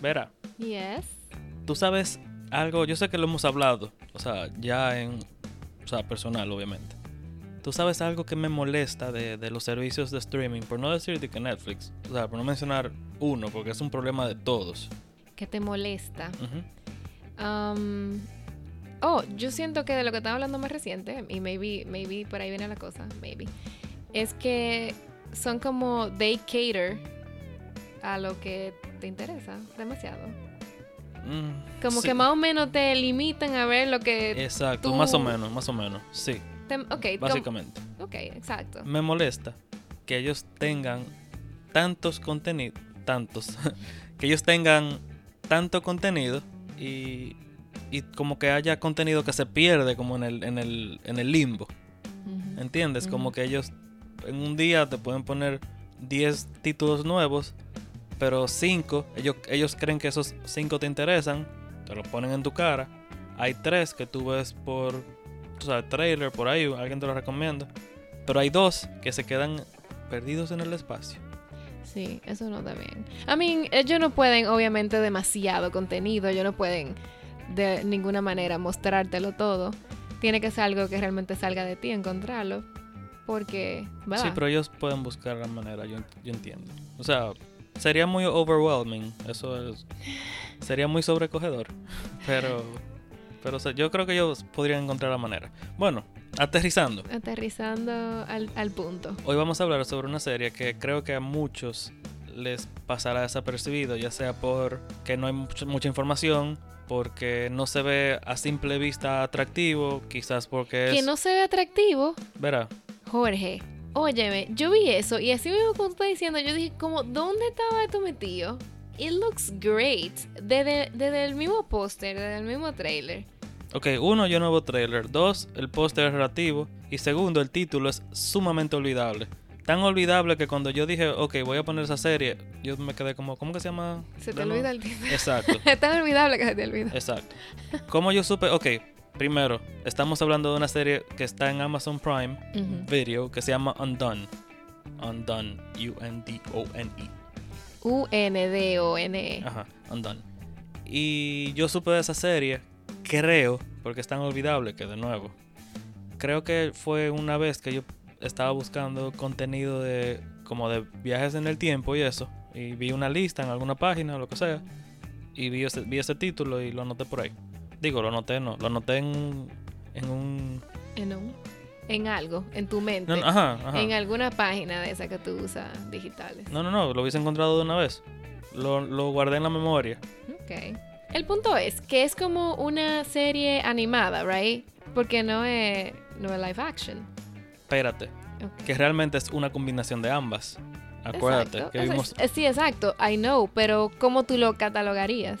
Vera, Yes. tú sabes algo, yo sé que lo hemos hablado, o sea, ya en, o sea, personal, obviamente. Tú sabes algo que me molesta de, de los servicios de streaming, por no decir de que Netflix, o sea, por no mencionar uno, porque es un problema de todos. Que te molesta. Ujú. Um, oh, yo siento que de lo que estaba hablando más reciente, y maybe, maybe por ahí viene la cosa, maybe, es que son como they cater a lo que te interesa demasiado. Mm, Como sí, Eh, que más o menos te limitan a ver lo que... Exacto, tú- más o menos, más o menos, sí, te- ok, com- básicamente. ok, exacto. me molesta que ellos tengan tantos contenidos, tantos, que ellos tengan tanto contenido y, y como que haya contenido que se pierde como en el, en el, en el limbo, Mm. Ujú. ¿entiendes? Como Ujú. que ellos en un día te pueden poner 10 títulos nuevos, pero 5, ellos, ellos creen que esos 5 te interesan, te los ponen en tu cara, hay 3 que tú ves por, o sea, trailer, por ahí, alguien te lo recomienda. Pero hay dos que se quedan perdidos en el espacio. Sí, eso no está bien. I mean, ellos no pueden, obviamente, demasiado contenido. Ellos no pueden de ninguna manera mostrártelo todo. Tiene que ser algo que realmente salga de ti, encontrarlo. Porque, va. Sí, pero ellos pueden buscar la manera, yo, yo entiendo. O sea, sería muy overwhelming, eso es, sería muy sobrecogedor, pero, pero o sea, yo creo que ellos podrían encontrar la manera. Bueno, aterrizando, Aterrizando al, al punto. hoy vamos a hablar sobre una serie que creo que a muchos les pasará desapercibido, ya sea porque no hay mucha- mucha información, porque no se ve a simple vista atractivo, quizás porque es... Que no se ve atractivo, Verá, Jorge. Óyeme, yo vi eso y así mismo como tú estás diciendo, yo dije como, ¿dónde estaba esto metido? It looks great. Desde, desde el mismo póster, desde el mismo trailer. Ok, uno, yo no veo trailer. Dos, el póster es relativo. Y segundo, el título es sumamente olvidable. Tan olvidable que cuando yo dije, ok, voy a poner esa serie, yo me quedé como, ¿cómo que se llama? Se te de nuevo?" olvida el título. Exacto, Es tan olvidable que se te olvida. exacto. Como yo supe, ok, primero, estamos hablando de una serie que está en Amazon Prime Video que se llama Undone. Undone, U-N-D-O-N-E. U-N-D-O-N-E. Ajá, Undone. Y yo supe de esa serie, creo, porque es tan olvidable que de nuevo. Creo que fue una vez que yo estaba buscando contenido de como de viajes en el tiempo y eso. Y vi una lista en alguna página o lo que sea. Y vi ese, vi ese título y lo anoté por ahí. Digo, lo anoté, no. Lo anoté en, en un... En un- en algo, en tu mente. no, no, ajá, ajá. En alguna página de esa que tú usas digitales. No, no, no. Lo hubiese encontrado de una vez. Lo, lo guardé en la memoria. Ok. El punto es que es como una serie animada, ¿right? Porque no es, no es live action. Espérate. Ok. que realmente es una combinación de ambas. Acuérdate Exacto. que Eso vimos es- sí, exacto. I know. Pero ¿cómo tú lo catalogarías?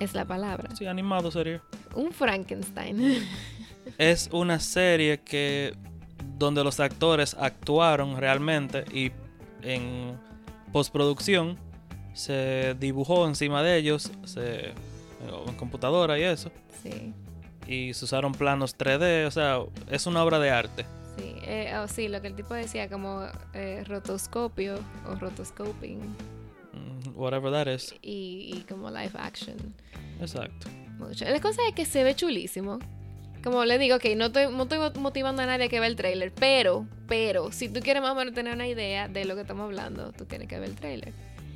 Es la palabra. sí, animado serie. Un Frankenstein. Es una serie que donde los actores actuaron realmente y en postproducción se dibujó encima de ellos, se en computadora y eso sí. y se usaron planos 3D, o sea, es una obra de arte. Sí, eh, oh, sí, lo que el tipo decía, como eh, rotoscopio o rotoscoping Mm, Whatever that is. y, y como live action. Exacto. Mucho. La cosa es que se ve chulísimo. Como le digo, ok, no estoy, no estoy motivando a nadie a que vea el trailer, pero, pero, si tú quieres más o menos tener una idea de lo que estamos hablando, tú tienes que ver el trailer.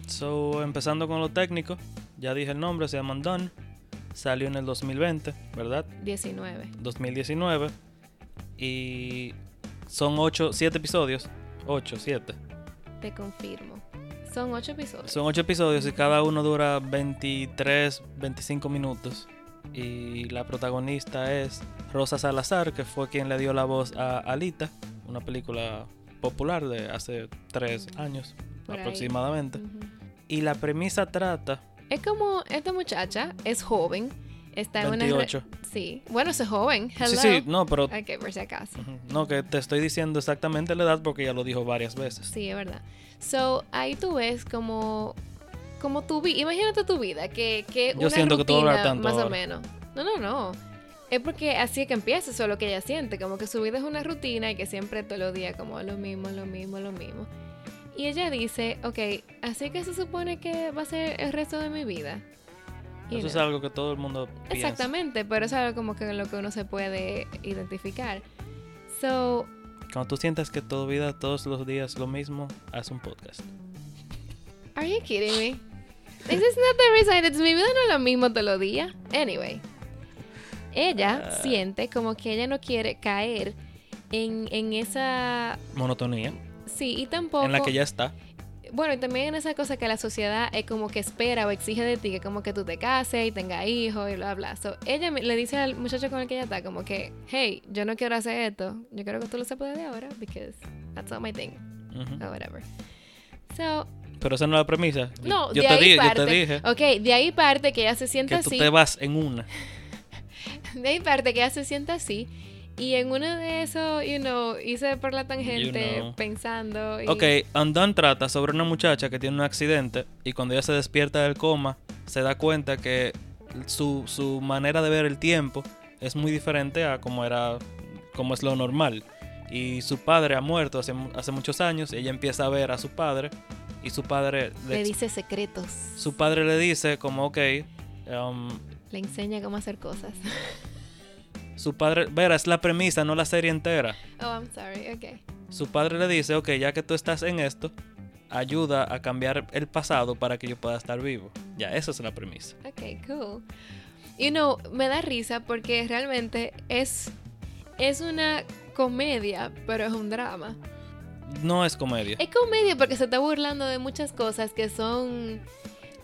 So, empezando con lo técnico, ya dije el nombre, se llama Done. Salió en el 2020, ¿verdad? 19. 2019 y son 8, 7 episodios. 8, 7. Te confirmo. Son ocho episodios. Son 8 episodios y cada uno dura 23, 25 minutos. Y la protagonista es Rosa Salazar, que fue quien le dio la voz a Alita, una película popular de hace 3 años Por ahí. aproximadamente. Ujú. Y la premisa trata... Es como esta muchacha es joven. Está en una. re- 28. Sí. Bueno, es joven. Hello. Sí, sí, no, pero... Ok, por si acaso. Ujú. No, que te estoy diciendo exactamente la edad porque ya lo dijo varias veces. Sí, es verdad. So, ahí tú ves como, como tu vida. Imagínate tu vida, que, que Yo una siento que tú vas a rutina, hablar tanto más o ahora. menos. No, no, no. Es porque así es que empieza, eso es lo que ella siente, como que su vida es una rutina y que siempre todos los días como lo mismo, lo mismo, lo mismo. Y ella dice, ok, así que se supone que va a ser el resto de mi vida. You Eso es know. algo que todo el mundo piensa. Exactamente, pero es algo como que en lo que uno se puede identificar. So, Cuando tú sientas que tu vida todos los días lo mismo, haz un podcast. are you kidding me? This is not the reason. It's mi vida no es lo mismo todos los días. Anyway, ella Ah. siente como que ella no quiere caer en, en esa. Monotonía, Sí, y tampoco. en la que ya está. Bueno, y también en esa cosa que la sociedad es como que espera o exige de ti, que como que tú te cases y tengas hijos y bla, bla. So, ella me- le dice al muchacho con el que ella está, como que, hey, yo no quiero hacer esto. Yo quiero que tú lo sepas desde ahora, because that's not my thing, Ujú. or whatever. So, Pero esa no es la premisa. Yo- no, yo, de te ahí dije, yo parte. te dije Ok, de ahí parte que ella se sienta que tú así. te vas en una. De ahí parte que ella se sienta así. Y en uno de esos, you know, hice por la tangente know. pensando. Y, Ok, Undone trata sobre una muchacha que tiene un accidente y cuando ella se despierta del coma, se da cuenta que su, su manera de ver el tiempo es muy diferente a como era como es lo normal. Y su padre ha muerto hace, mu- hace muchos años, y ella empieza a ver a su padre y su padre le, Le ex- dice secretos. su padre le dice como ok, um, Le enseña cómo hacer cosas. su padre, Vera, es la premisa, no la serie entera. Oh, I'm sorry, ok. Su padre le dice, ok, ya que tú estás en esto, ayuda a cambiar el pasado para que yo pueda estar vivo. Ya, esa es la premisa. Ok, cool. You know, me da risa porque realmente es, es una comedia, pero es un drama. No es comedia. Es comedia porque se está burlando de muchas cosas que son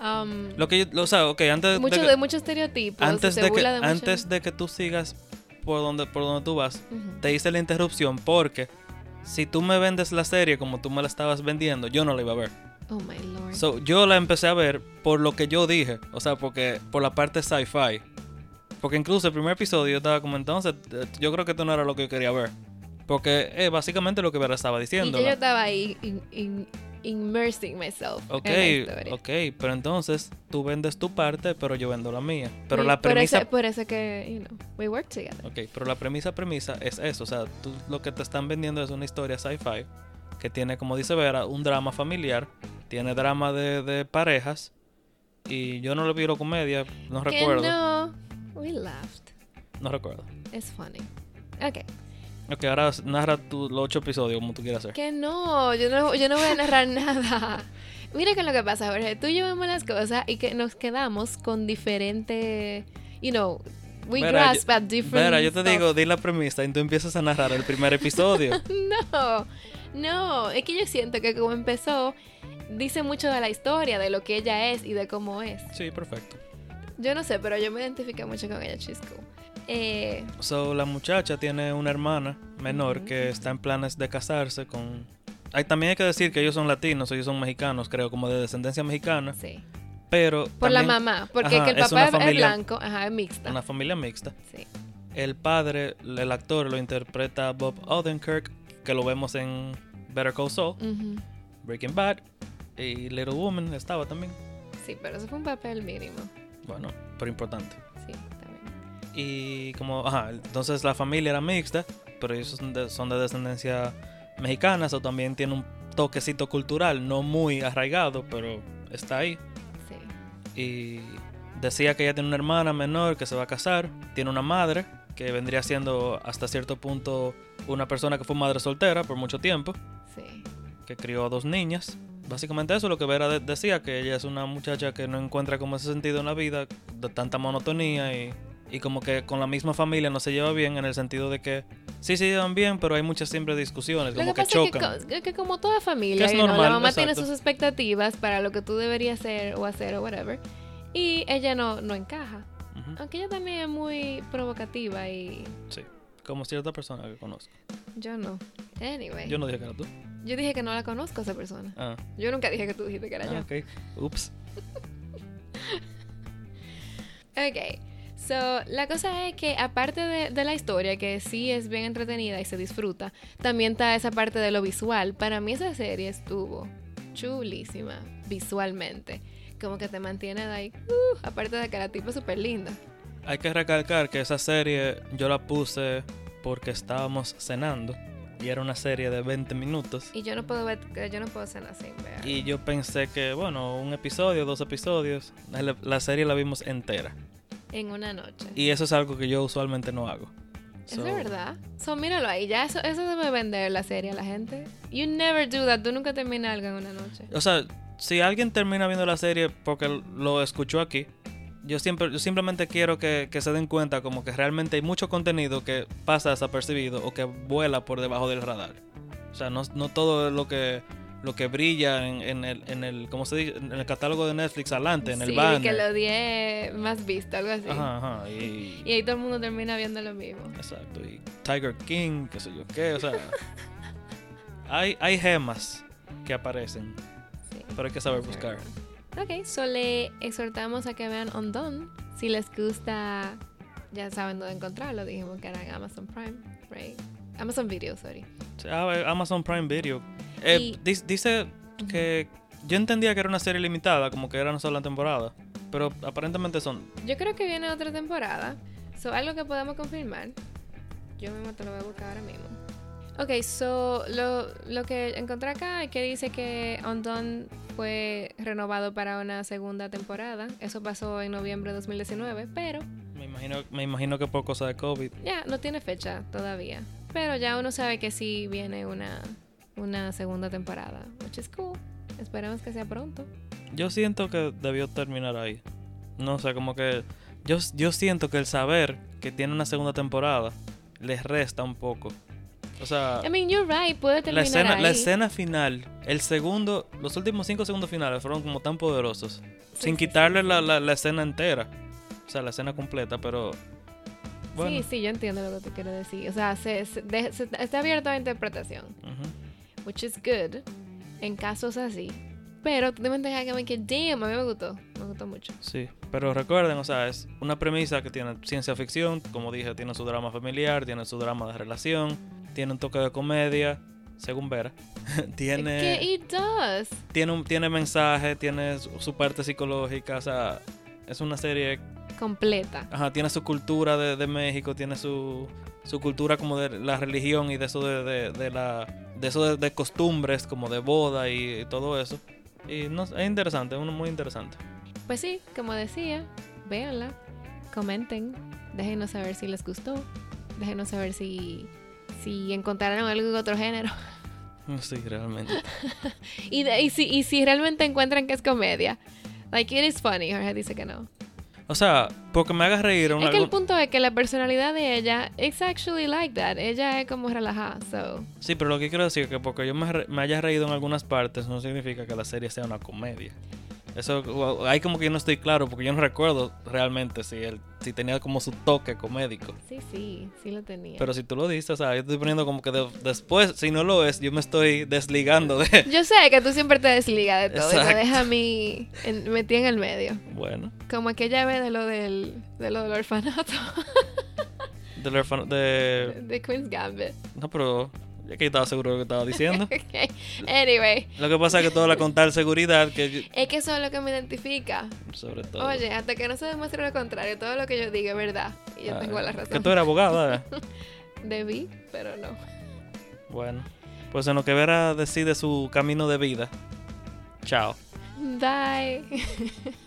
um, Lo que yo, lo- o sea, ok, antes de mucho, que, de muchos estereotipos. antes se de que, burla de muchas- antes de que tú sigas por donde, por donde tú vas, Ujú. te hice la interrupción porque si tú me vendes la serie como tú me la estabas vendiendo, yo no la iba a ver. Oh my lord. So, yo la empecé a ver por lo que yo dije, o sea, porque por la parte sci-fi. Porque incluso el primer episodio yo estaba como entonces, eh, yo creo que esto no era lo que yo quería ver. Porque eh, básicamente lo que Vera estaba y diciendo. yo, yo la- estaba ahí in- in- immersing myself Ok, en la historia. ok, pero entonces tú vendes tu parte, pero yo vendo la mía. Pero Y la premisa... Por eso, por eso que, you know, we work together. Ok, pero la premisa, premisa es eso. O sea, tú lo que te están vendiendo es una historia sci-fi que tiene, como dice Vera, un drama familiar, tiene drama de, de parejas. Y yo no le vi la comedia, no recuerdo. Que no, we laughed. No recuerdo. It's funny. Ok. Ok, ahora narra tu, los ocho episodios como tú quieras hacer. Que no, yo no, yo no voy a narrar nada. Mira con lo que pasa, Jorge. Tú y yo vemos las cosas y que nos quedamos con diferente, you know, we Vera, grasp at different. Vera, yo te stuff. digo, di la premisa y tú empiezas a narrar el primer episodio. No, no, es que yo siento que como empezó, dice mucho de la historia, de lo que ella es y de cómo es. sí, perfecto. Yo no sé, pero yo me identifico mucho con ella, Chisco. Eh, So, la muchacha tiene una hermana menor Ujú. que está en planes de casarse con... Ay, también hay que decir que ellos son latinos, ellos son mexicanos, creo, como de descendencia mexicana, sí. pero... Por la Ah, también mamá, porque Ajá, que el es una papá es, familia- blanco, ajá, es mixta. Una familia mixta. Sí. El padre, el actor, lo interpreta Bob Odenkirk, que lo vemos en Better Call Saul, Ujú. Breaking Bad, y Little Woman estaba también. Sí, pero eso fue un papel mínimo. Bueno, pero importante. Sí, también. Y como, ajá, entonces la familia era mixta, pero ellos son de, son de descendencia mexicana, o también tiene un toquecito cultural, no muy arraigado, pero está ahí. Sí. Y decía que ella tiene una hermana menor que se va a casar, tiene una madre que vendría siendo hasta cierto punto una persona que fue madre soltera por mucho tiempo, Sí. que crió a dos niñas. Básicamente eso es lo que Vera de- decía, que ella es una muchacha que no encuentra como ese sentido en la vida, de tanta monotonía y, y como que con la misma familia no se lleva bien en el sentido de que sí se llevan bien, pero hay muchas siempre discusiones, Lo como que que, pasa es que, chocan. co- que, como toda Que familia, es you know, normal, la mamá tiene exacto. sus expectativas para lo que tú deberías hacer o hacer o whatever. Y ella no, no encaja. Ujú, Aunque ella también es muy provocativa y Sí, como cierta persona que conozco. yo no. Anyway. Yo no dije que era tú. Yo dije que no la conozco a esa persona. Ah, Yo nunca dije que tú dijiste que era ah, yo. ok. Ups. Ok. So, la cosa es que aparte de, de la historia, que sí es bien entretenida y se disfruta, también está esa parte de lo visual. Para mí esa serie estuvo chulísima visualmente. Como que te mantiene de ahí. uh, aparte de que la tipa es súper linda. Hay que recalcar que esa serie yo la puse porque estábamos cenando y era una serie de 20 minutos. Y yo no puedo ver, yo no puedo cenar sin ver. Y yo pensé que, bueno, un episodio, dos episodios, la, la serie la vimos entera. En una noche. Y eso es algo que yo usualmente no hago. Eso So, es verdad. So, míralo ahí. Ya eso, eso debe vender la serie a la gente. You never do that. Tú nunca terminas algo en una noche. O sea, si alguien termina viendo la serie porque lo escuchó aquí, yo, siempre, yo simplemente quiero que, que se den cuenta como que realmente hay mucho contenido que pasa desapercibido o que vuela por debajo del radar. O sea, no, no todo lo que lo que brilla en, en el, en el ¿cómo se dice? en el catálogo de Netflix adelante, en el sí, banner. que lo die más visto, algo así. Ajá, ajá, y- Y ahí todo el mundo termina viendo lo mismo. Exacto, y Tiger King, qué sé yo qué, o sea. hay, hay gemas que aparecen, Sí. pero hay que saber buscar. Ok, so le exhortamos a que vean Ondon. Si les gusta, ya saben dónde encontrarlo. Dijimos que era en Amazon Prime, right? Amazon Video, sorry. Sí, ah, eh, Amazon Prime Video. Eh, Y- dis- Dice que yo entendía que era una serie limitada, como que era una sola temporada, pero aparentemente son. Yo creo que viene otra temporada. So, algo que podemos confirmar. Yo mismo te lo voy a buscar ahora mismo. Ok, so lo, lo que encontré acá es que dice que Undone fue renovado para una segunda temporada. Eso pasó en noviembre de 2019, pero Me imagino, me imagino que por cosa de COVID. ya no tiene fecha todavía. Pero ya uno sabe que sí viene una, una segunda temporada, which is cool. Esperemos que sea pronto. Yo siento que debió terminar ahí. No sé, como que. Yo, yo siento que el saber que tiene una segunda temporada les resta un poco. O sea. I mean, you're right, puede La terminar escena, ahí. la escena final, el segundo, los últimos cinco segundos finales fueron como tan poderosos. Sí, sin sí, sí. quitarle La, la- la escena entera. O sea, la escena completa, pero... Bueno. Sí, sí, yo entiendo lo que tú quieres decir. O sea, se, se- de- se- está abierto a interpretación, ujú. which is good en casos así. Pero tú debes dejar que me que, damn, a mí me gustó. Me gustó mucho. Sí, pero recuerden, o sea, es una premisa que tiene ciencia ficción, como dije, tiene su drama familiar, tiene su drama de relación, tiene un toque de comedia, según Vera. tiene... Que it does. Tiene, un, tiene mensaje, tiene su, su parte psicológica, o sea, es una serie Completa. Ajá, tiene su cultura de, de México, tiene su, su cultura como de la religión y de eso de, de, de la de eso de, de costumbres como de boda y, todo eso. Y no, sé, es interesante, es uno muy interesante. Pues sí, como decía, véanla, comenten, déjenos saber si les gustó, déjenos saber si, si encontraron algo de otro género. Sí, realmente. Y, de- y, si, y si realmente encuentran que es comedia. Like, it is funny. Jorge dice que no. O sea, porque me hagas reír un- Es que el algún- punto es que la personalidad de ella es actually like that. Ella es como relajada, so. Sí, pero lo que quiero decir es que porque yo me, re- me haya reído en algunas partes no significa que la serie sea una comedia. Eso, wow, ahí como que yo no estoy claro porque yo no recuerdo realmente si, él, si tenía como su toque comédico. Sí, sí, sí lo tenía. Pero si tú lo dices, o sea, yo estoy poniendo como que de- después, si no lo es, yo me estoy desligando de... Yo sé que tú siempre te desligas de todo y te Exacto. deja a mí en- metí en el medio. Bueno, Como aquella vez de lo del, de lo del orfanato del orfano- de... de Queen's Gambit. No, pero ya que yo estaba seguro de lo que estaba diciendo. Ok. Anyway, Lo que pasa es que todo la contar seguridad, que yo- es que eso es lo que me identifica. sobre todo... Oye, hasta que no se demuestre lo contrario, todo lo que yo diga es verdad. Y yo ah, tengo la Que razón. tú eres abogada. eh. Debí, pero no. Bueno, pues en lo que Vera decide su camino de vida. Chao. Bye.